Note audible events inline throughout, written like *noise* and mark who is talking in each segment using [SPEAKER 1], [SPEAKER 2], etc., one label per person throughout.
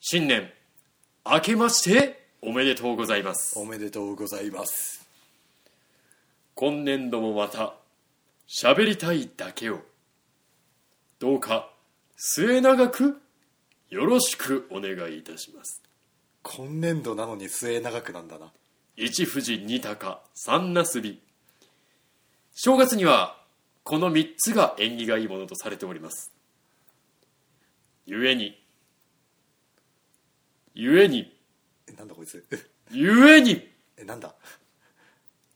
[SPEAKER 1] 新年明けましておめでとうございます
[SPEAKER 2] おめでとうございます
[SPEAKER 1] 今年度もまた喋りたいだけをどうか末永くよろしくお願いいたします
[SPEAKER 2] 今年度なのに末永くなんだな
[SPEAKER 1] 一富士二鷹三なすび正月にはこの3つが縁起がいいものとされておりますゆえにゆえに
[SPEAKER 2] えなんだこいつ
[SPEAKER 1] ゆえに
[SPEAKER 2] えなんだ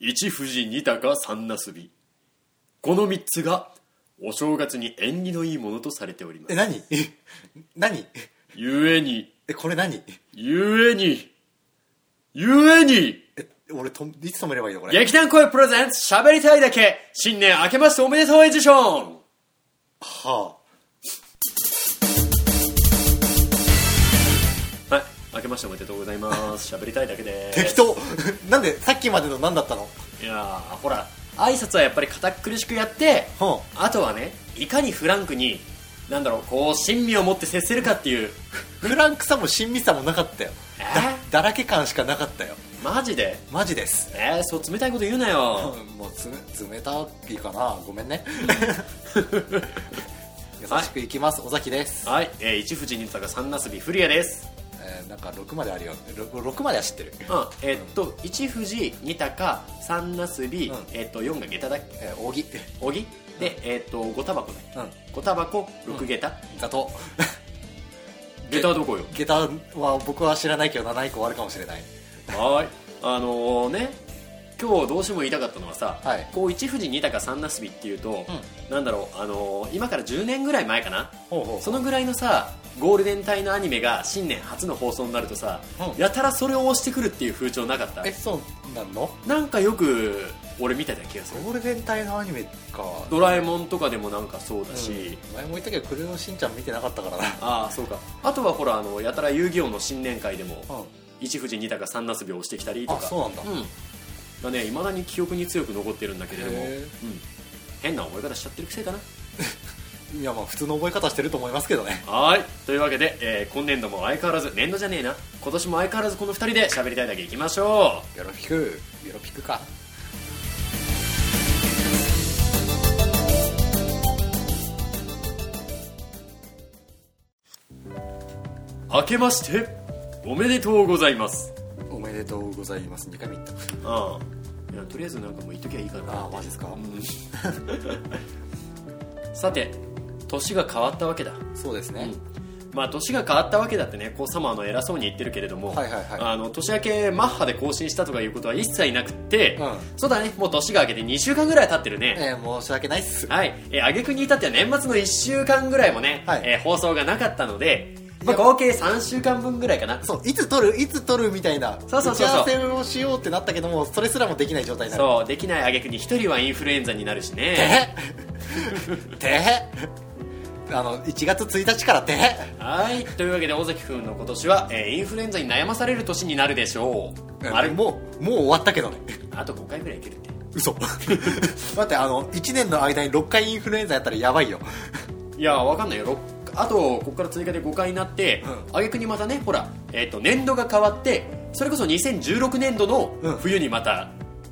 [SPEAKER 1] 一富士二鷹三なすびこの3つがお正月に縁起のいいものとされておりま
[SPEAKER 2] え
[SPEAKER 1] す
[SPEAKER 2] 何え何
[SPEAKER 1] ゆえに
[SPEAKER 2] えこれ何
[SPEAKER 1] ゆえにゆえに
[SPEAKER 2] え俺といつ止めればいいのこれ
[SPEAKER 1] 劇団声プレゼンツ喋りたいだけ新年明けましておめでとうエディション
[SPEAKER 2] は
[SPEAKER 1] はい明けましておめでとうございます喋りたいだけで
[SPEAKER 2] あ
[SPEAKER 1] す
[SPEAKER 2] 適当 *laughs* なんでさっきまでの何だったの
[SPEAKER 1] いやーほら挨拶はやっぱり堅苦しくやって
[SPEAKER 2] は
[SPEAKER 1] あとはねいかにフランクになんだろうこう親身を持って接せるかっていう
[SPEAKER 2] フランクさも親密さもなかったよ
[SPEAKER 1] え
[SPEAKER 2] だだらけ感しかなかったよ
[SPEAKER 1] マジで
[SPEAKER 2] マジです
[SPEAKER 1] えー、そう冷たいこと言うな
[SPEAKER 2] う
[SPEAKER 1] よ
[SPEAKER 2] んもうつ冷たいかなごめ *laughs* んね優しくいきます尾崎です、
[SPEAKER 1] はい、えー、一富士二鷹三なすび古谷です
[SPEAKER 2] えーなんか6まであるよ 6, までは知ってる
[SPEAKER 1] うんえーっと一富士二鷹三なすび、
[SPEAKER 2] うん
[SPEAKER 1] えーっと四が下駄だっけ
[SPEAKER 2] えー扇
[SPEAKER 1] 小木で、えーっと五タバコね
[SPEAKER 2] うん
[SPEAKER 1] 五タバコ六下駄、
[SPEAKER 2] だと
[SPEAKER 1] 下駄はどこよ
[SPEAKER 2] 下駄は僕は知らないけど7以降あるかもしれない
[SPEAKER 1] はいあのね今日どうしても言いたかったのはさ、
[SPEAKER 2] はい
[SPEAKER 1] こう一富士二鷹三なすびっていうと、なんだろう、あのー今から10年ぐらい前かな
[SPEAKER 2] ほうほう
[SPEAKER 1] そのぐらいのさゴールデン帯のアニメが新年初の放送になるとさ、
[SPEAKER 2] うん
[SPEAKER 1] やたらそれを押してくるっていう風潮なかった
[SPEAKER 2] えそうなんの
[SPEAKER 1] なんかよく俺見てた気がする
[SPEAKER 2] ゴールデン帯のアニメか
[SPEAKER 1] ドラえもんとかでもなんかそうだし、
[SPEAKER 2] うん前も言ったけどクレヨンしんちゃん見てなかったからな
[SPEAKER 1] ああそうかあとはほらあのやたら遊戯王の新年会でも
[SPEAKER 2] うん
[SPEAKER 1] 一富士二鷹三なすびを押してきたりと
[SPEAKER 2] あ
[SPEAKER 1] か
[SPEAKER 2] そうなんだ、
[SPEAKER 1] うんがねいまだに記憶に強く残ってるんだけれども、う
[SPEAKER 2] へ
[SPEAKER 1] ん、変な覚え方しちゃってるくせかない
[SPEAKER 2] やまあ普通の覚え方してると思いますけどね
[SPEAKER 1] はいというわけで、えー今年度も相変わらず年度じゃねえな今年も相変わらずこの2人で喋りたいだけいきましょう
[SPEAKER 2] よろぴくよろぴくか
[SPEAKER 1] 明けましておめでとうございます
[SPEAKER 2] おめでとうございます2回目言った
[SPEAKER 1] ああいやとりあえずなんかもう言っときゃいいかな
[SPEAKER 2] ああマジですか、
[SPEAKER 1] さて年が変わったわけだ
[SPEAKER 2] そうですね、
[SPEAKER 1] まあ年が変わったわけだってねこうさもあの偉そうに言ってるけれども、
[SPEAKER 2] はいはいはい
[SPEAKER 1] あの年明けマッハで更新したとかいうことは一切なくって、
[SPEAKER 2] うん
[SPEAKER 1] そうだねもう年が明けて2週間ぐらい経ってるね、
[SPEAKER 2] えー申し訳ないっす
[SPEAKER 1] はい、えー、挙句に至っては年末の1週間ぐらいもね、
[SPEAKER 2] はい
[SPEAKER 1] えー放送がなかったので、まあ、
[SPEAKER 2] いや
[SPEAKER 1] 合計3週間分ぐらいかな
[SPEAKER 2] そういつ撮るいつ撮るみたいな
[SPEAKER 1] そうそうそうそう
[SPEAKER 2] 打ち合わせをしようってなったけどもそれすらもできない状態になる
[SPEAKER 1] そうできない挙句に1人はインフルエンザになるし
[SPEAKER 2] て
[SPEAKER 1] ね
[SPEAKER 2] へてへあの1月1日からてへ
[SPEAKER 1] はいというわけで尾崎君の今年は、えーインフルエンザに悩まされる年になるでしょう、あ
[SPEAKER 2] あ
[SPEAKER 1] れ
[SPEAKER 2] れもうもう終わったけどね
[SPEAKER 1] あと5回ぐらいいけるって
[SPEAKER 2] 嘘待ってあの1年の間に6回インフルエンザやったらやばいよ
[SPEAKER 1] いやわかんないよろっあとここから追加で5回になって、
[SPEAKER 2] う
[SPEAKER 1] 挙句にまたねほら、えー、と年度が変わってそれこそ2016年度
[SPEAKER 2] う
[SPEAKER 1] の
[SPEAKER 2] ん
[SPEAKER 1] 冬にまた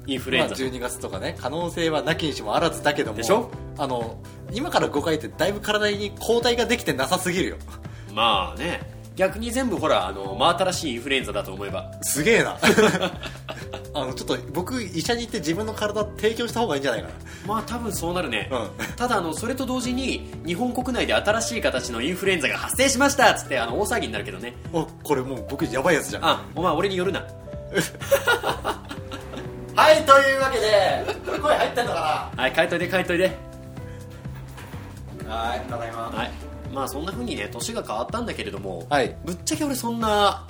[SPEAKER 1] インフルエ
[SPEAKER 2] ま
[SPEAKER 1] ン
[SPEAKER 2] あ、
[SPEAKER 1] ザ、
[SPEAKER 2] 12月とかね可能性はなきにしもあらずだけども
[SPEAKER 1] でしょ
[SPEAKER 2] あの今から5回ってだいぶ体に抗体ができてなさすぎるよ
[SPEAKER 1] まあね逆に全部ほらあの真新しいインフルエンザだと思えば
[SPEAKER 2] すげえ *laughs* なあのちょっと僕医者に行って自分の体提供した方がいいんじゃないか
[SPEAKER 1] まあ多分そうなるね、
[SPEAKER 2] う
[SPEAKER 1] ただあのそれと同時に日本国内で新しい形のインフルエンザが発生しましたっつってあの大騒ぎになるけどね
[SPEAKER 2] なおこれもう僕やばいやつじゃん
[SPEAKER 1] あお前俺によるな
[SPEAKER 2] はいというわけで声入ってんのか
[SPEAKER 1] はい書いといて書いといて
[SPEAKER 2] なはいただいま
[SPEAKER 1] はいまあそんな風にね年が変わったんだけれども、
[SPEAKER 2] はい
[SPEAKER 1] ぶっちゃけ俺そんな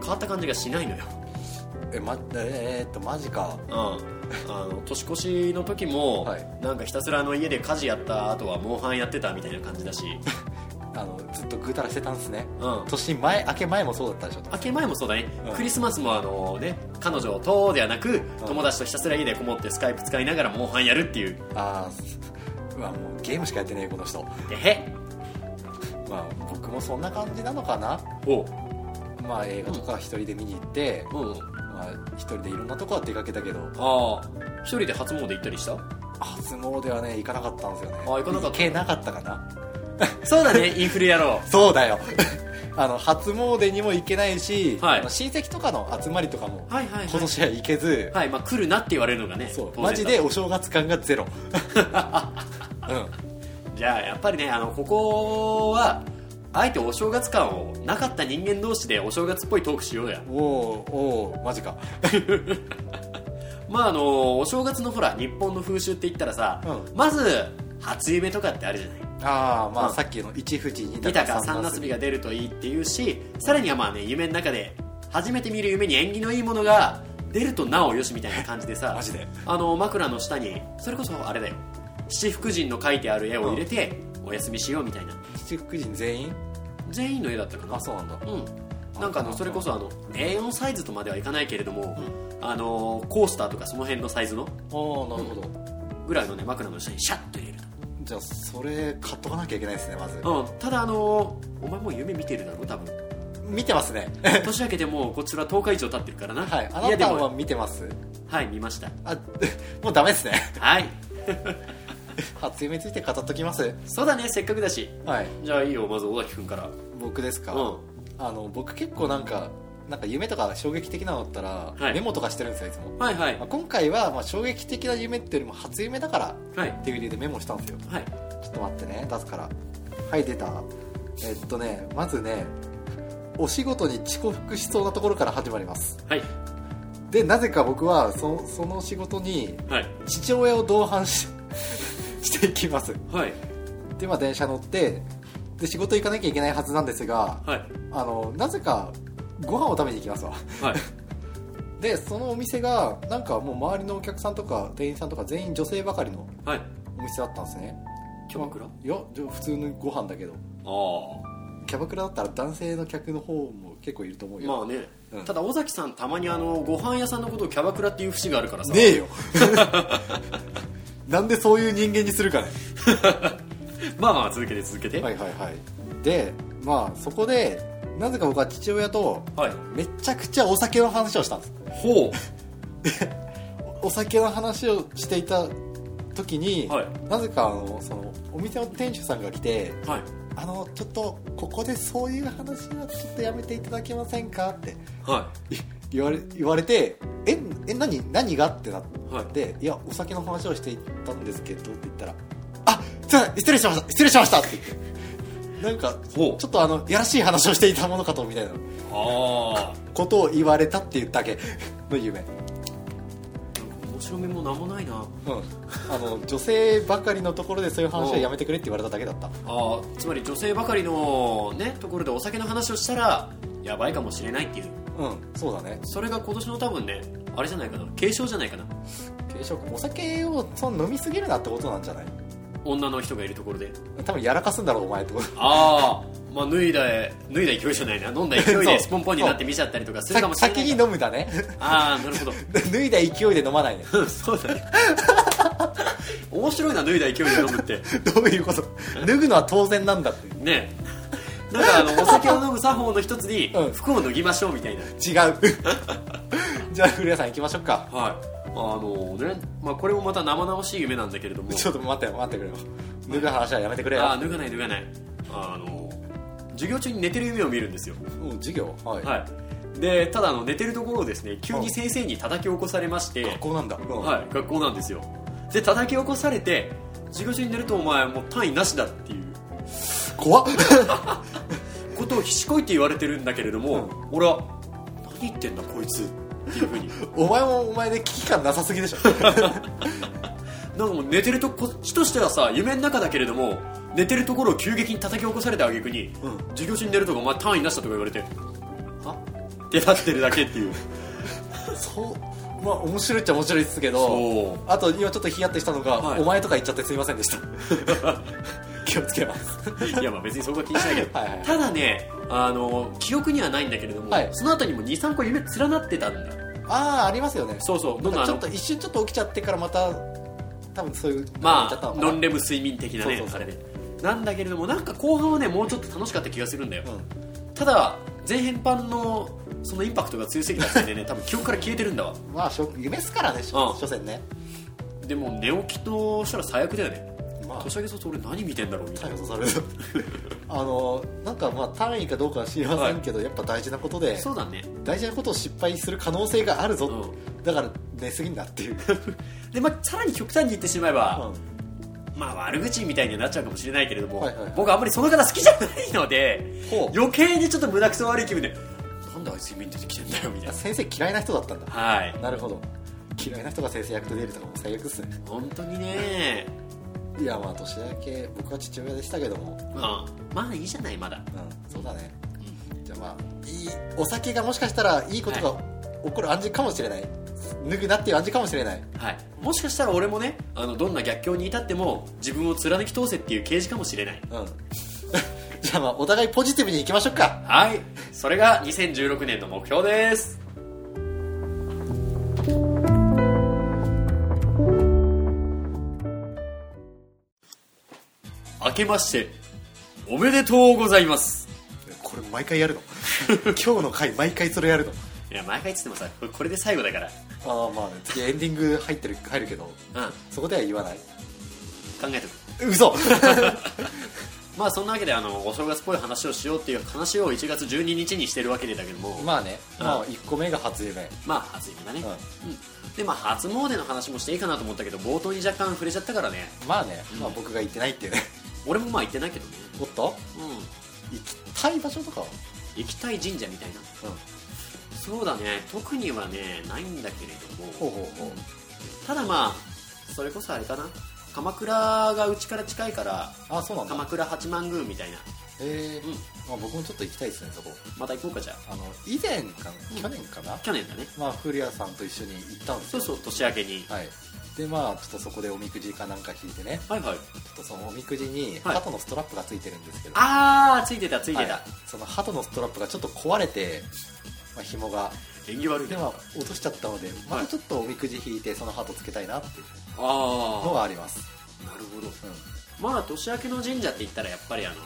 [SPEAKER 1] 変わった感じがしないのよ
[SPEAKER 2] えまえー、っとマジか
[SPEAKER 1] うん、あの年越しの時も、
[SPEAKER 2] はい
[SPEAKER 1] なんかひたすらあの家で家事やった後はモンハンやってたみたいな感じだし
[SPEAKER 2] あのずっとぐうたらしてたんですね
[SPEAKER 1] うん
[SPEAKER 2] 年前明け前もそうだったでしょ
[SPEAKER 1] 明け前もそうだね、
[SPEAKER 2] うん
[SPEAKER 1] クリスマスもあのね彼女とではなく、友達とひたすら家でこもってスカイプ使いながらモンハンやるっていう
[SPEAKER 2] ああうわもうゲームしかやってねえこの人
[SPEAKER 1] でへ
[SPEAKER 2] まあ僕もそんな感じなのかな
[SPEAKER 1] おう
[SPEAKER 2] まあ、映画とか一人で見に行って、
[SPEAKER 1] うん
[SPEAKER 2] まあ、一人でいろんなとこは出かけたけど
[SPEAKER 1] ああ一人で初詣行ったりした
[SPEAKER 2] 初詣はね行かなかったんですよね
[SPEAKER 1] あ行かなかった
[SPEAKER 2] けなかったかな
[SPEAKER 1] そうだねインフレ野郎
[SPEAKER 2] そうだよ *laughs* あの初詣にも行けないし、
[SPEAKER 1] はい
[SPEAKER 2] あの親戚とかの集まりとかも
[SPEAKER 1] はいはいはい
[SPEAKER 2] 今年は行けず、
[SPEAKER 1] はいまあ来るなって言われるのがね
[SPEAKER 2] そう
[SPEAKER 1] 当然だ
[SPEAKER 2] マジでお正月感が
[SPEAKER 1] *laughs*
[SPEAKER 2] ゼロう
[SPEAKER 1] じゃあやっぱりねあのここはあえてお正月感をなかった人間同士でお正月っぽいトークしようや
[SPEAKER 2] んおーおーマジか
[SPEAKER 1] まああのお正月のほら日本の風習って言ったらさ、
[SPEAKER 2] う
[SPEAKER 1] まず初夢とかってあるじゃない
[SPEAKER 2] ああまあ、
[SPEAKER 1] うん
[SPEAKER 2] さっきの一富士二
[SPEAKER 1] 見たか
[SPEAKER 2] 鷹
[SPEAKER 1] 三
[SPEAKER 2] 三
[SPEAKER 1] な
[SPEAKER 2] な
[SPEAKER 1] す
[SPEAKER 2] す
[SPEAKER 1] び
[SPEAKER 2] び
[SPEAKER 1] が出るといいっていうしさらにはまあね夢の中で初めて見る夢に縁起のいいものが出るとなおよしみたいな感じでさ
[SPEAKER 2] *laughs* マジで
[SPEAKER 1] あの枕の下にそれこそあれだよ七福神の書いてある絵を入れてお休みしようみたいな
[SPEAKER 2] 七福神全員
[SPEAKER 1] 全員の絵だったかな
[SPEAKER 2] あそうなんだ
[SPEAKER 1] うん、なんかあのそれこそあの A4 サイズとまではいかないけれども、あのコースターとかその辺のサイズの
[SPEAKER 2] おおなるほど、
[SPEAKER 1] ぐらいのね枕の下にシャッと入れる
[SPEAKER 2] じゃあそれ買っとかなきゃいけないですねまず
[SPEAKER 1] と、うん、ただあのお前もう夢見てるだろ多分 *laughs*
[SPEAKER 2] 見てますね
[SPEAKER 1] 年明けてもうこちら10日以上経ってるからな
[SPEAKER 2] はいあ
[SPEAKER 1] いやで
[SPEAKER 2] なたは
[SPEAKER 1] も
[SPEAKER 2] 見てます
[SPEAKER 1] はい見ました
[SPEAKER 2] あ *laughs* もうダメですね
[SPEAKER 1] はい
[SPEAKER 2] 初夢について語っときます
[SPEAKER 1] そうだねせっかくだし
[SPEAKER 2] はい
[SPEAKER 1] じゃあいいよまず尾崎君から
[SPEAKER 2] 僕ですか、
[SPEAKER 1] うん
[SPEAKER 2] あの僕結構なんかなんか夢とか衝撃的なのだったら、
[SPEAKER 1] はい
[SPEAKER 2] メモとかしてるんですよいつも、
[SPEAKER 1] はいはい
[SPEAKER 2] まあ、今回はまあ衝撃的な夢っていうよりも初夢だから
[SPEAKER 1] はい
[SPEAKER 2] っていう理由でメモしたんですよ
[SPEAKER 1] はい
[SPEAKER 2] ちょっと待ってね出すからはい出たえっとねまずねお仕事に遅刻しそうなところから始まります
[SPEAKER 1] はい
[SPEAKER 2] でなぜか僕はそその仕事に
[SPEAKER 1] はい
[SPEAKER 2] 父親を同伴し *laughs* していきます
[SPEAKER 1] はい
[SPEAKER 2] でまあ電車乗ってで仕事行かなきゃいけないはずなんですが
[SPEAKER 1] はい
[SPEAKER 2] あのなぜかご飯を食べに行きますわ
[SPEAKER 1] はい
[SPEAKER 2] でそのお店がなんかもう周りのお客さんとか店員さんとか全員女性ばかりの
[SPEAKER 1] はい
[SPEAKER 2] お店だったんですね
[SPEAKER 1] キャバクラあ
[SPEAKER 2] いやじゃあ普通のご飯だけど
[SPEAKER 1] あ
[SPEAKER 2] キャバクラだったら男性の客の方も結構いると思うよ、
[SPEAKER 1] まあね、
[SPEAKER 2] うん
[SPEAKER 1] ただ尾崎さんたまにあのご飯屋さんのことをキャバクラっていう節があるからさ
[SPEAKER 2] ね
[SPEAKER 1] *laughs*
[SPEAKER 2] えよなんでそういう人間にするかね
[SPEAKER 1] まあまあ続けて続けて、
[SPEAKER 2] はいいはいはいでまあそこでなぜか僕は父親とめちゃくちゃお酒の話をしたんです
[SPEAKER 1] ほ
[SPEAKER 2] お酒の話をしていた時に、
[SPEAKER 1] はい
[SPEAKER 2] なぜかあのそのお店の店主さんが来て
[SPEAKER 1] うはい
[SPEAKER 2] 「あのちょっとここでそういう話はちょっとやめていただけませんか?」って
[SPEAKER 1] はい
[SPEAKER 2] 言われ言われて「ええ何何が?」ってなっ
[SPEAKER 1] いはい
[SPEAKER 2] て「いやお酒の話をしていたんですけど」って言ったら「あすいません失礼しました失礼しました」って言ってなんか
[SPEAKER 1] ほう
[SPEAKER 2] ちょっとあのやらしい話をしていたものかとみたいな
[SPEAKER 1] ああ
[SPEAKER 2] ことを言われたっていうだけの夢
[SPEAKER 1] 面白みも何もないな
[SPEAKER 2] うん、あの女性ばかりのところでそういう話はやめてくれって言われただけだった
[SPEAKER 1] あーつまり女性ばかりのねところでお酒の話をしたらやばいかもしれないっていう
[SPEAKER 2] うんそうだね
[SPEAKER 1] それが今年の多分ねあれじゃないかな軽症じゃないかな
[SPEAKER 2] 軽食お酒をその飲みすぎるなってことなんじゃない
[SPEAKER 1] 女の人がいるところで
[SPEAKER 2] 多分やらかすんだろうお前ってこと
[SPEAKER 1] ああまあ脱いだ脱いだ勢いじゃないな飲んだ勢い
[SPEAKER 2] そ
[SPEAKER 1] で
[SPEAKER 2] う
[SPEAKER 1] スポンポンになって見ちゃったりとかするかも
[SPEAKER 2] さ
[SPEAKER 1] しれない
[SPEAKER 2] 先に飲むだね *laughs*
[SPEAKER 1] ああなるほど
[SPEAKER 2] 脱いだ勢いで飲まないね
[SPEAKER 1] *laughs* そうだね面白いな脱いだ勢いで飲むって
[SPEAKER 2] どういうこと脱ぐのは当然なんだって
[SPEAKER 1] ねえなんかあのお酒を飲む作法の一つに
[SPEAKER 2] うん
[SPEAKER 1] 服を脱ぎましょうみたいな
[SPEAKER 2] 違う *laughs* じゃあ古谷さん行きましょうか
[SPEAKER 1] はいあのね、まあ、これもまた生々しい夢なんだけれども
[SPEAKER 2] ちょっと待って待ってくれよ脱ぐ話はやめてくれ
[SPEAKER 1] ああ
[SPEAKER 2] よ
[SPEAKER 1] 脱がない脱がないあの授業中に寝てる夢を見るんですよ
[SPEAKER 2] うん授業はい、
[SPEAKER 1] はいでただあの寝てるところをですね急に先生に叩き起こされまして
[SPEAKER 2] 学校なんだ、うん
[SPEAKER 1] はい、学校なんですよで叩き起こされて授業中に寝るとお前もう単位なしだっていう
[SPEAKER 2] 怖っ *laughs*
[SPEAKER 1] ことをひしこいって言われてるんだけれども、俺は何言ってんだこいつっていうふう
[SPEAKER 2] *laughs*
[SPEAKER 1] に
[SPEAKER 2] お前もお前で危機感なさすぎでしょ *laughs*
[SPEAKER 1] なんかもう寝てるとこっちとしてはさ夢の中だけれども寝てるところを急激に叩き起こされてあげくに、
[SPEAKER 2] うん
[SPEAKER 1] 授業中に寝るとかお前単位なしだとか言われてあってなってるだけって
[SPEAKER 2] *laughs*
[SPEAKER 1] いう
[SPEAKER 2] そうまあ面白いっちゃ面白いですけど
[SPEAKER 1] そう
[SPEAKER 2] あと今ちょっとヒヤッとしたのが、
[SPEAKER 1] はい
[SPEAKER 2] お前とか言っちゃってすみませんでした *laughs* 気をつけます
[SPEAKER 1] いやまあ別にそこは気にしないけど
[SPEAKER 2] はいはい
[SPEAKER 1] *laughs* ただねあの記憶にはないんだけれども、
[SPEAKER 2] はい
[SPEAKER 1] その後にも23個夢連なってたんだ
[SPEAKER 2] ああありますよね
[SPEAKER 1] そうそうどんどんあ
[SPEAKER 2] ちょ
[SPEAKER 1] の
[SPEAKER 2] っと一瞬ちょっと起きちゃってからまた多分そういう
[SPEAKER 1] ま
[SPEAKER 2] ちゃった
[SPEAKER 1] あ
[SPEAKER 2] のかな
[SPEAKER 1] ノンレム睡眠的なね
[SPEAKER 2] そうそうそう
[SPEAKER 1] あれでなんだけれどもなんか後半はねもうちょっと楽しかった気がするんだよ、
[SPEAKER 2] う
[SPEAKER 1] ただ前編版のそのインパクトが強すぎたせいでね *laughs* 多分記憶から消えてるんだわ
[SPEAKER 2] まあしょ夢っすからねしょ
[SPEAKER 1] うん
[SPEAKER 2] 所詮ね
[SPEAKER 1] でも寝起きとしたら最悪だよね
[SPEAKER 2] まあ
[SPEAKER 1] 年明け早々俺何見てんだろうみたい
[SPEAKER 2] 逮
[SPEAKER 1] な
[SPEAKER 2] 捕されるあのなんかまあ単位かどうかは知りませんけど、やっぱ大事なことで
[SPEAKER 1] そうだね
[SPEAKER 2] 大事なことを失敗する可能性があるぞ、
[SPEAKER 1] う
[SPEAKER 2] だから寝すぎんなっていう、
[SPEAKER 1] でまあさらに極端に言ってしまえば、
[SPEAKER 2] う
[SPEAKER 1] まあ悪口みたいにはなっちゃうかもしれないけれども、
[SPEAKER 2] はいはいはい
[SPEAKER 1] 僕あんまりその方好きじゃないので
[SPEAKER 2] ほう
[SPEAKER 1] 余計にちょっと胸くそ悪い気分でなんであいつ見に出てきてんだよみたい
[SPEAKER 2] ん、先生嫌いな人だったん
[SPEAKER 1] な
[SPEAKER 2] だ
[SPEAKER 1] はい
[SPEAKER 2] なるほど嫌いな人が先生役で出るとかも最悪ですね
[SPEAKER 1] 本当にね
[SPEAKER 2] いやまあ年明け僕は父親でしたけども、
[SPEAKER 1] まあまあいいじゃないまだ
[SPEAKER 2] うん、そうだねじゃあまあいいお酒がもしかしたらいいことが起こる暗示かもしれない脱ぐなっていう暗示かもしれない
[SPEAKER 1] はいもしかしたら俺もねあのどんな逆境に至っても自分を貫き通せっていう刑事かもしれない
[SPEAKER 2] うん *laughs* じゃあまあお互いポジティブにいきましょうか
[SPEAKER 1] はいそれが2016年の目標です明けましておめでとうございます
[SPEAKER 2] これ毎回 *laughs* やるの今日の回毎回それやるの
[SPEAKER 1] いや毎回つってもさこれこれで最後だから
[SPEAKER 2] ああまあね次エンディング入ってる入るけど
[SPEAKER 1] うん
[SPEAKER 2] そこでは言わない
[SPEAKER 1] 考えてく
[SPEAKER 2] 嘘
[SPEAKER 1] まあそんなわけであのお正月っぽい話をしようっていう話を1月12日にしてるわけでだけどもま
[SPEAKER 2] *laughs* まあね、
[SPEAKER 1] うん
[SPEAKER 2] まあ1個目が初夢
[SPEAKER 1] あ初夢だね、うん、でまあ初詣の話もしていいかなと思ったけど冒頭に若干触れちゃったからね
[SPEAKER 2] まあね、
[SPEAKER 1] うん
[SPEAKER 2] まあ僕が行ってないっていうね
[SPEAKER 1] 俺もまあ行ってないけどね
[SPEAKER 2] おっと
[SPEAKER 1] うん
[SPEAKER 2] 行きたい場所とかは
[SPEAKER 1] 行きたい神社みたいな
[SPEAKER 2] うん
[SPEAKER 1] そうだね特にはねないんだけれども
[SPEAKER 2] ほうほうほう
[SPEAKER 1] ただまあそれこそあれかな鎌倉がうちから近いから
[SPEAKER 2] あそうなんだ
[SPEAKER 1] 鎌倉八幡宮みたいな
[SPEAKER 2] えー
[SPEAKER 1] うん
[SPEAKER 2] まあ、僕もちょっと行きたいですねそこ
[SPEAKER 1] また行こうかじゃあ
[SPEAKER 2] あの以前か
[SPEAKER 1] うん
[SPEAKER 2] な去年かな、
[SPEAKER 1] 去年だね
[SPEAKER 2] まあ古谷さんと一緒に行ったんです
[SPEAKER 1] そう
[SPEAKER 2] よ
[SPEAKER 1] そう年明けに
[SPEAKER 2] はいでまあちょっとそこでおみくじかなんか引いてね
[SPEAKER 1] はいはい
[SPEAKER 2] ちょっとそのおみくじに
[SPEAKER 1] はい
[SPEAKER 2] 鳩のストラップがついてるんですけど、
[SPEAKER 1] あーついてたついてた、
[SPEAKER 2] はいその鳩のストラップがちょっと壊れて、まあ、紐が
[SPEAKER 1] 縁起悪い
[SPEAKER 2] で
[SPEAKER 1] な
[SPEAKER 2] まあ落としちゃったのでまたちょっとおみくじ引いてその鳩つけたいなっていうの
[SPEAKER 1] あ
[SPEAKER 2] があります、
[SPEAKER 1] あなるほど
[SPEAKER 2] うん、
[SPEAKER 1] まあ年明けの神社って言ったらやっぱりあの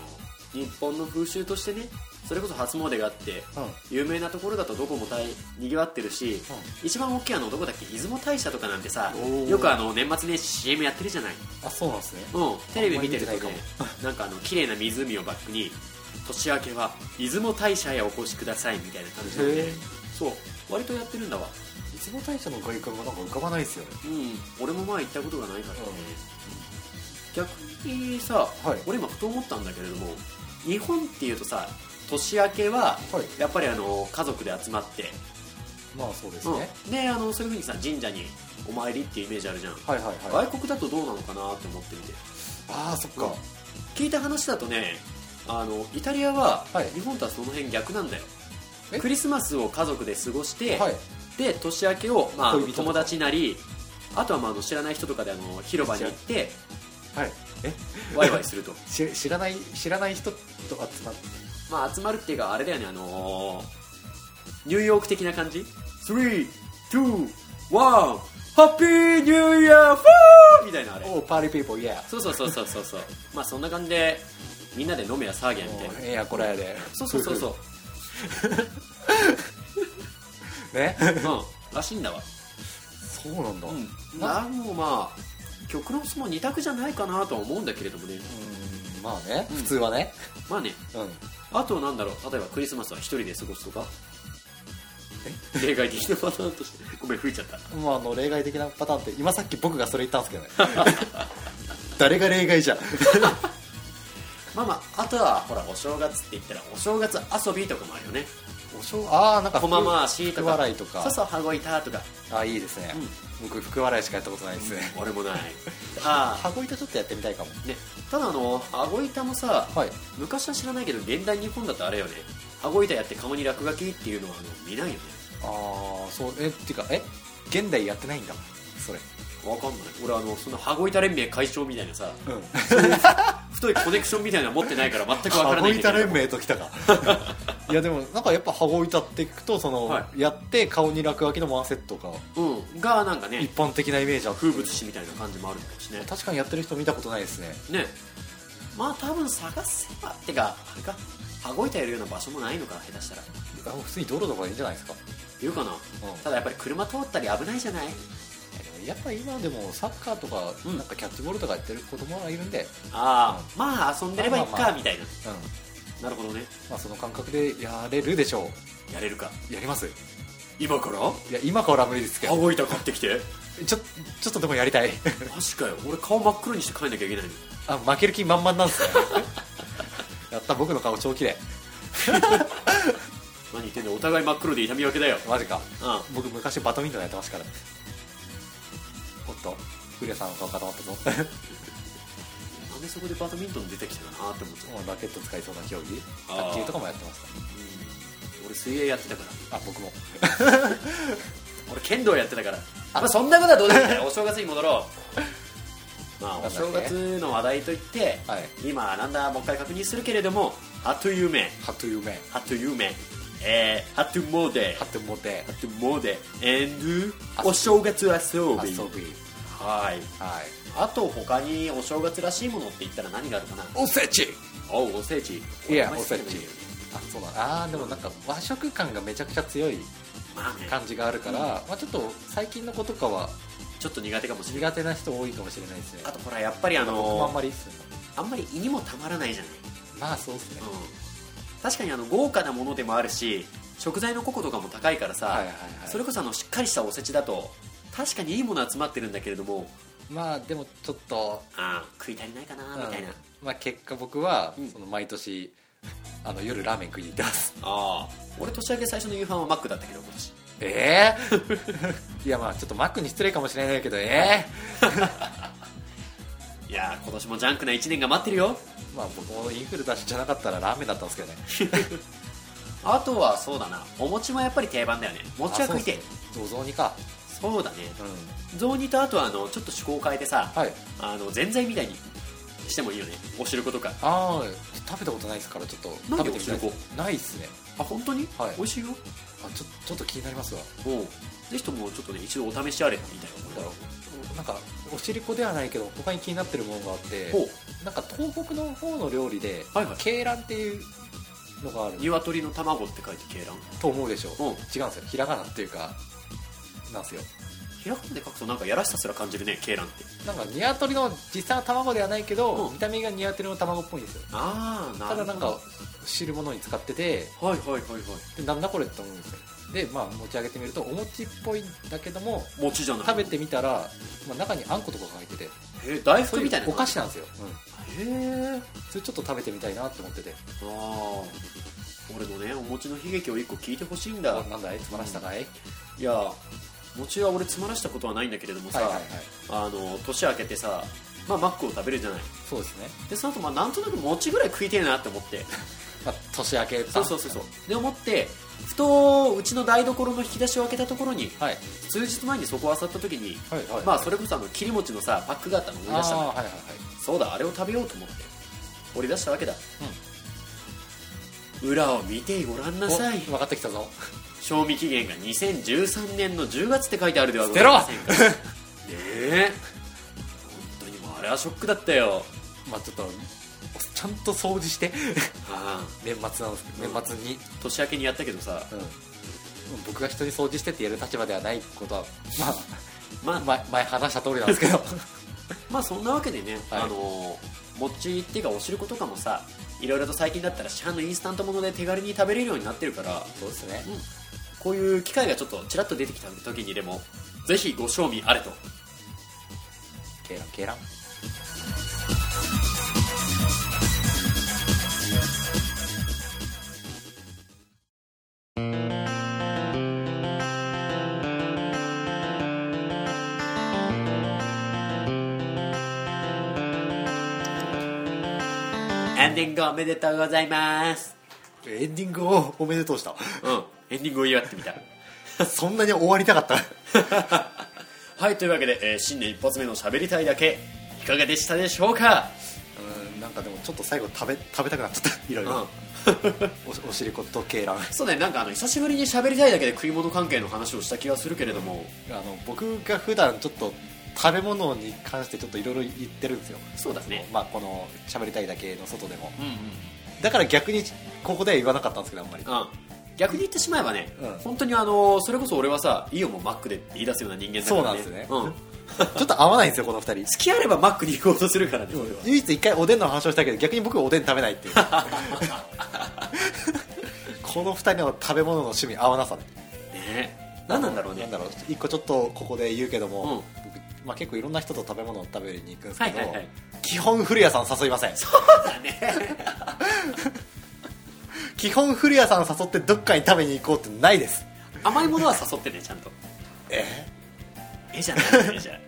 [SPEAKER 1] 日本の風習としてねそれこそ初詣があって
[SPEAKER 2] うんうん
[SPEAKER 1] 有名なところだとどこも大にぎわってるし一番大きいあのどこだっけ出雲大社とかなんてさ
[SPEAKER 2] おー
[SPEAKER 1] よくあの年末年始 CM やってるじゃない、
[SPEAKER 2] あそうなんですね
[SPEAKER 1] うん、テレビ見てると
[SPEAKER 2] あんま
[SPEAKER 1] ね
[SPEAKER 2] り見
[SPEAKER 1] なんかあの綺麗な湖をバックに年明けは出雲大社へお越しくださいみたいな感じで、
[SPEAKER 2] へえ
[SPEAKER 1] そう割とやってるんだわ
[SPEAKER 2] 出雲大社の外観がなんか浮かばないですよね
[SPEAKER 1] うん俺も前行ったことがないからね、逆にさ、
[SPEAKER 2] はい
[SPEAKER 1] 俺今ふと思ったんだけれども日本っていうとさ年明けは
[SPEAKER 2] はい
[SPEAKER 1] やっぱりあの家族で集まって、
[SPEAKER 2] まあそうですね、
[SPEAKER 1] うん、であのそういうふうにさ神社にお参りっていうイメージあるじゃん、
[SPEAKER 2] はいはいはい
[SPEAKER 1] 外国だとどうなのかなって思ってみて
[SPEAKER 2] ああそっか、
[SPEAKER 1] 聞いた話だとねあのイタリアは
[SPEAKER 2] はい
[SPEAKER 1] 日本とはその辺逆なんだよ、
[SPEAKER 2] え
[SPEAKER 1] クリスマスを家族で過ごして、
[SPEAKER 2] はい
[SPEAKER 1] で年明けを、まあ、
[SPEAKER 2] 恋人とか
[SPEAKER 1] 友達なりあとは、まあ、あの知らない人とかであの広場に行って
[SPEAKER 2] *laughs* はいえ
[SPEAKER 1] ワイワイすると
[SPEAKER 2] し知らない知らない人と集まって
[SPEAKER 1] まあ集まるっていうかあれだよねあのーニューヨーク的な感じ321ハッピーニューイヤーフォーみたいなあれ
[SPEAKER 2] おおパーリーピーポーイエ
[SPEAKER 1] そうそうそうそうそうそうまあそんな感じでみんなで飲めや騒げやみたいな
[SPEAKER 2] ーええやこれやで
[SPEAKER 1] そうそうそうそう
[SPEAKER 2] うね
[SPEAKER 1] うんらしいんだわ
[SPEAKER 2] そうなんだ、う、
[SPEAKER 1] うんんまあもうまあ極論その二択じゃないかなとは思うんだけれどもね
[SPEAKER 2] まあね
[SPEAKER 1] うん
[SPEAKER 2] 普通はね
[SPEAKER 1] まあね
[SPEAKER 2] うん、
[SPEAKER 1] あとなんだろう例えばクリスマスは一人で過ごすとか例外的なパターンとしてごめん吹いちゃった
[SPEAKER 2] まあ、あの例外的なパターンって今さっき僕がそれ言ったんですけどね *laughs* 誰が例外じゃん
[SPEAKER 1] まあまああとはほらお正月って言ったらお正月遊びとかもあるよね
[SPEAKER 2] おしょうああなんか
[SPEAKER 1] こまましと
[SPEAKER 2] 福
[SPEAKER 1] か
[SPEAKER 2] 笑いとか
[SPEAKER 1] そうそう羽子板とか
[SPEAKER 2] ああいいですね、僕福笑いしかやったことないですね、
[SPEAKER 1] 俺もないあ
[SPEAKER 2] 箱板ちょっとやってみたいかも
[SPEAKER 1] あねただあの羽子板もさ
[SPEAKER 2] はい
[SPEAKER 1] 昔は知らないけど現代日本だとあれよね羽子板やって顔に落書きっていうのはあの見ないよね
[SPEAKER 2] ああそうえっていうかえ現代やってないんだそれ
[SPEAKER 1] わかんない俺あのその羽子板連盟会長みたいな
[SPEAKER 2] *laughs*
[SPEAKER 1] さ
[SPEAKER 2] うん
[SPEAKER 1] 太いコネクションみたいなの持ってないから全くわから
[SPEAKER 2] 羽
[SPEAKER 1] な
[SPEAKER 2] 子
[SPEAKER 1] いんだけど
[SPEAKER 2] 板連盟ときたか *laughs* いやでもなんかやっぱ羽子板っていくとその、
[SPEAKER 1] は
[SPEAKER 2] やって顔に落書きのワンセットが
[SPEAKER 1] うんがなんかね
[SPEAKER 2] 一般的なイメージあって
[SPEAKER 1] 風物詩みたいな感じもあるんだしね
[SPEAKER 2] 確かにやってる人見たことないですね
[SPEAKER 1] ねまあ多分探せばってかあれか羽子板やるような場所もないのか下手したら
[SPEAKER 2] あ普通に道路とかでいいんじゃないですか、
[SPEAKER 1] 言うかな
[SPEAKER 2] う
[SPEAKER 1] ただやっぱり車通ったり危ないじゃない
[SPEAKER 2] ん、やっぱ今でもサッカーとか
[SPEAKER 1] うん
[SPEAKER 2] なんかキャッチボールとかやってる子供がいるんで、
[SPEAKER 1] ああまあ遊んでればいい
[SPEAKER 2] まあまあ
[SPEAKER 1] かみたいな
[SPEAKER 2] うん
[SPEAKER 1] なるほどね
[SPEAKER 2] まあ、その感覚でやれるでしょ
[SPEAKER 1] やれるか
[SPEAKER 2] うやりますい
[SPEAKER 1] 今から
[SPEAKER 2] や今からは無理ですけ
[SPEAKER 1] 羽
[SPEAKER 2] ど
[SPEAKER 1] 子板買ってきて
[SPEAKER 2] ちょちょっとでもやりたい *laughs*
[SPEAKER 1] マジかよ俺顔真っ黒にして帰んなきゃいけないの
[SPEAKER 2] あ負ける気満々なんですね *laughs* やった僕の顔超綺麗
[SPEAKER 1] 何言ってんだお互い真っ黒で痛み分けだよ
[SPEAKER 2] マジか
[SPEAKER 1] うん
[SPEAKER 2] 僕昔バドミントンやってましたからおっと古谷さんの顔固まったぞ *laughs*
[SPEAKER 1] なんでそこでバドミントン出てきたかなって思って
[SPEAKER 2] もうラケット使いそうな競技
[SPEAKER 1] あー
[SPEAKER 2] 卓球とかもやってました
[SPEAKER 1] 俺水泳やってたから
[SPEAKER 2] あ僕も
[SPEAKER 1] 俺剣道やってたからまあそんなことはどうでもいいん *laughs* だよお正月に戻ろうまあお正月の話題といって、
[SPEAKER 2] はい
[SPEAKER 1] 今なんだもう一回確認するけれども「ハトゥユーメン」
[SPEAKER 2] ハトゥーメン
[SPEAKER 1] 「ハトゥユーメン」えー「ハトゥモーデ」
[SPEAKER 2] ハトゥモテ
[SPEAKER 1] ハトゥモーデ」「エン
[SPEAKER 2] あ
[SPEAKER 1] ドお正月遊
[SPEAKER 2] 遊
[SPEAKER 1] び」
[SPEAKER 2] び
[SPEAKER 1] はい
[SPEAKER 2] はい
[SPEAKER 1] あと他にお正月らしいものって言ったら何があるかな
[SPEAKER 2] おせち
[SPEAKER 1] おうおせち
[SPEAKER 2] い
[SPEAKER 1] 俺
[SPEAKER 2] や
[SPEAKER 1] あんま
[SPEAKER 2] お
[SPEAKER 1] り好き
[SPEAKER 2] せ
[SPEAKER 1] じゃないん
[SPEAKER 2] ち
[SPEAKER 1] だよね
[SPEAKER 2] あそうなんだあーでもなんか和食感がめちゃくちゃ強い
[SPEAKER 1] まあね
[SPEAKER 2] 感じがあるから、まあ、ちょっと最近の子とかは
[SPEAKER 1] ちょっと苦手かもしれない
[SPEAKER 2] 苦手な人多いかもしれないですね
[SPEAKER 1] あとほらやっぱりあ
[SPEAKER 2] 僕もあ
[SPEAKER 1] の
[SPEAKER 2] んまりいいっすよね
[SPEAKER 1] あんまり胃にもたまらないじゃない
[SPEAKER 2] まあそうっすね、
[SPEAKER 1] うん、確かにあの豪華なものでもあるし食材のココとかも高いからさ、
[SPEAKER 2] はいはいはい
[SPEAKER 1] それこそあのしっかりしたおせちだと確かにいいもの集まってるんだけれども
[SPEAKER 2] まあでもちょっと
[SPEAKER 1] あー食い足りないかなみたいな、
[SPEAKER 2] うんまあ、結果僕は、
[SPEAKER 1] うん
[SPEAKER 2] その毎年あの夜ラーメン食いに行っ
[SPEAKER 1] *laughs*
[SPEAKER 2] てます
[SPEAKER 1] ああ俺年明け最初の夕飯はマックだったけど今年
[SPEAKER 2] ええ *laughs* いやまあちょっとマックに失礼かもしれないけどええ
[SPEAKER 1] いやー今年もジャンクな1年が待ってるよ
[SPEAKER 2] まあ僕もインフル出しじゃなかったらラーメンだったんですけどね
[SPEAKER 1] あとはそうだなお餅もやっぱり定番だよね餅は食いて
[SPEAKER 2] あそうっすねお雑煮か
[SPEAKER 1] そうだね
[SPEAKER 2] うん
[SPEAKER 1] 雑煮とあとはあのちょっと趣向を変えてさ、
[SPEAKER 2] はい
[SPEAKER 1] あのぜんざいみたいにしてもいいよねお汁粉とか
[SPEAKER 2] ああ食べたことないですからちょっと
[SPEAKER 1] なん
[SPEAKER 2] 食
[SPEAKER 1] で
[SPEAKER 2] べてみたい
[SPEAKER 1] お汁
[SPEAKER 2] ですないっすね
[SPEAKER 1] あ本当に、
[SPEAKER 2] はい
[SPEAKER 1] 美味しいよ
[SPEAKER 2] あちょちょっと気になりますわ
[SPEAKER 1] うんぜひともちょっとね一度お試しあれみたいな
[SPEAKER 2] だ
[SPEAKER 1] も
[SPEAKER 2] ろ
[SPEAKER 1] ん
[SPEAKER 2] うなんかおしりこではないけど他に気になってるものがあって
[SPEAKER 1] ほう
[SPEAKER 2] なんか東北の方の料理で
[SPEAKER 1] はいはい
[SPEAKER 2] 鶏卵っていうのがある
[SPEAKER 1] 鶏の卵って書いて鶏卵
[SPEAKER 2] と思うでしょ、
[SPEAKER 1] うん
[SPEAKER 2] 違うんですよひらがなっていうかなんですよ
[SPEAKER 1] ひらがなで書くとなんかやらしさすら感じるね鶏卵って
[SPEAKER 2] なんかニワトリの実際の卵ではないけど、
[SPEAKER 1] うん
[SPEAKER 2] 見た目がニワトリの卵っぽいんですよ
[SPEAKER 1] ああな
[SPEAKER 2] ただなんか汁物に使ってて
[SPEAKER 1] はいはいはいはい
[SPEAKER 2] でなんだこれって思うんですよでまあ持ち上げてみるとお餅っぽいんだけども
[SPEAKER 1] 餅じゃない
[SPEAKER 2] 食べてみたら、まあ、中にあんことかが入ってて
[SPEAKER 1] えー大
[SPEAKER 2] そ
[SPEAKER 1] 福
[SPEAKER 2] うい
[SPEAKER 1] みたいな
[SPEAKER 2] うお菓子
[SPEAKER 1] へ
[SPEAKER 2] なんですよ、うん
[SPEAKER 1] え
[SPEAKER 2] それちょっと食べてみたいなって思ってて
[SPEAKER 1] ああ俺のねお餅の悲劇を一個聞いてほしいんだ
[SPEAKER 2] あなんだいつまらしたかい、
[SPEAKER 1] いや餅は俺詰まらしたことはないんだけれどもさ、
[SPEAKER 2] はいはいはい
[SPEAKER 1] あの年明けてさまあマックを食べるじゃない
[SPEAKER 2] そうですね、
[SPEAKER 1] でその後まあなんとなく餅ぐらい食いてえなって思って
[SPEAKER 2] まあ、年明け
[SPEAKER 1] そうそうそうそうで思ってふとうちの台所の引き出しを開けたところに
[SPEAKER 2] はい
[SPEAKER 1] 数日前にそこを漁った時に、
[SPEAKER 2] はいはい
[SPEAKER 1] まあそれこそあの切り餅のさパックがあったの思い
[SPEAKER 2] あ
[SPEAKER 1] 出した
[SPEAKER 2] ー
[SPEAKER 1] の
[SPEAKER 2] はいはいはい
[SPEAKER 1] そうだあれを食べようと思って掘り出したわけだ、裏を見てごらんなさい
[SPEAKER 2] お分かってきたぞ
[SPEAKER 1] 賞味期限が2013年の10月って書いてあるではござ
[SPEAKER 2] 出
[SPEAKER 1] い
[SPEAKER 2] ろ
[SPEAKER 1] ませんかねえ本当にもうあれはショックだったよ
[SPEAKER 2] まあちょっとちゃんと掃除して *laughs*
[SPEAKER 1] ああ
[SPEAKER 2] 年末なんですけど年末に、
[SPEAKER 1] 年明けにやったけどさ
[SPEAKER 2] うん僕が人に掃除してってやる立場ではないことはまあ
[SPEAKER 1] ま
[SPEAKER 2] *laughs*
[SPEAKER 1] あ
[SPEAKER 2] 前前話した通りなんですけど
[SPEAKER 1] まあそんなわけでね、
[SPEAKER 2] はい
[SPEAKER 1] あの餅っていうかお汁粉とかもさいろいろと最近だったら市販のインスタントもので手軽に食べれるようになってるから
[SPEAKER 2] そうですね
[SPEAKER 1] こういう機会がちょっとちらっと出てきた時にでもぜひご賞味あれと
[SPEAKER 2] ケランケラン
[SPEAKER 1] エンディングおめでとうございます
[SPEAKER 2] エンディングをおめでとうした
[SPEAKER 1] うんエンディングを祝ってみた
[SPEAKER 2] そんなに終わりたかった
[SPEAKER 1] はいというわけで、えー新年一発目の喋りたいだけいかがでしたでしょうか
[SPEAKER 2] うんなんかでもちょっと最後食べ食べたくなっちゃったい *laughs* ろいろ、おおしりことケラン
[SPEAKER 1] そうねなんかあの久しぶりに喋りたいだけで食い物関係の話をした気がするけれども
[SPEAKER 2] あの僕が普段ちょっと食べ物に関してちょっといろいろ言ってるんですよ
[SPEAKER 1] そうだね
[SPEAKER 2] まあこの喋りたいだけの外でも
[SPEAKER 1] うんうん
[SPEAKER 2] だから逆にここでは言わなかったんですけどあんまり
[SPEAKER 1] うん逆に言ってしまえばね、
[SPEAKER 2] うん
[SPEAKER 1] 本当にあのそれこそ俺はさいいよもうマックでって言い出すような人間だから、ね、
[SPEAKER 2] そうなんですね
[SPEAKER 1] うん、
[SPEAKER 2] ちょっと合わないんですよこの二人
[SPEAKER 1] 付き合えればマックに行こうとするからね俺は
[SPEAKER 2] 唯一一回おでんの話をしたけど逆に僕はおでん食べないっていうこの二人の食べ物の趣味合わなさね
[SPEAKER 1] ね何なんだろうね
[SPEAKER 2] なんだろう一個ちょっとここで言うけども、
[SPEAKER 1] う
[SPEAKER 2] 僕まあ、結構いろんな人と食べ物を食べに行くんです
[SPEAKER 1] は
[SPEAKER 2] け
[SPEAKER 1] い
[SPEAKER 2] ど、
[SPEAKER 1] はいはい
[SPEAKER 2] 基本古谷さん誘いません
[SPEAKER 1] そうだね
[SPEAKER 2] 基本古谷さん誘ってどっかに食べに行こうってないです
[SPEAKER 1] 甘いものは誘ってねちゃんと
[SPEAKER 2] え
[SPEAKER 1] えじゃないえじゃない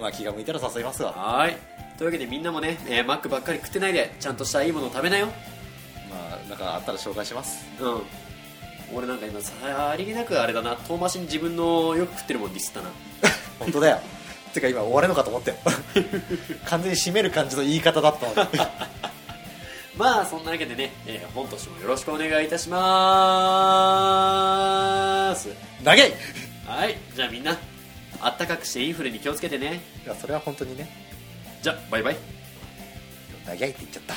[SPEAKER 2] まあ気が向いたら誘いますわ
[SPEAKER 1] はーいというわけでみんなもね、えーマックばっかり食ってないでちゃんとしたいいものを食べなよ
[SPEAKER 2] まあなんかあったら紹介します
[SPEAKER 1] うん俺なんか今さりげなくあれだな遠回しに自分のよく食ってるもんディスったな
[SPEAKER 2] 本当だよ *laughs* てか今終わるのかと思ったよ *laughs* 完全に締める感じの言い方だったので
[SPEAKER 1] まあそんなわけでね、えー本年もよろしくお願いいたします
[SPEAKER 2] *laughs* 長いい
[SPEAKER 1] はいじゃあみんなあったかくしてインフルに気をつけてね
[SPEAKER 2] やそれは本当にね
[SPEAKER 1] じゃあバイバイ
[SPEAKER 2] 長いって言っちゃった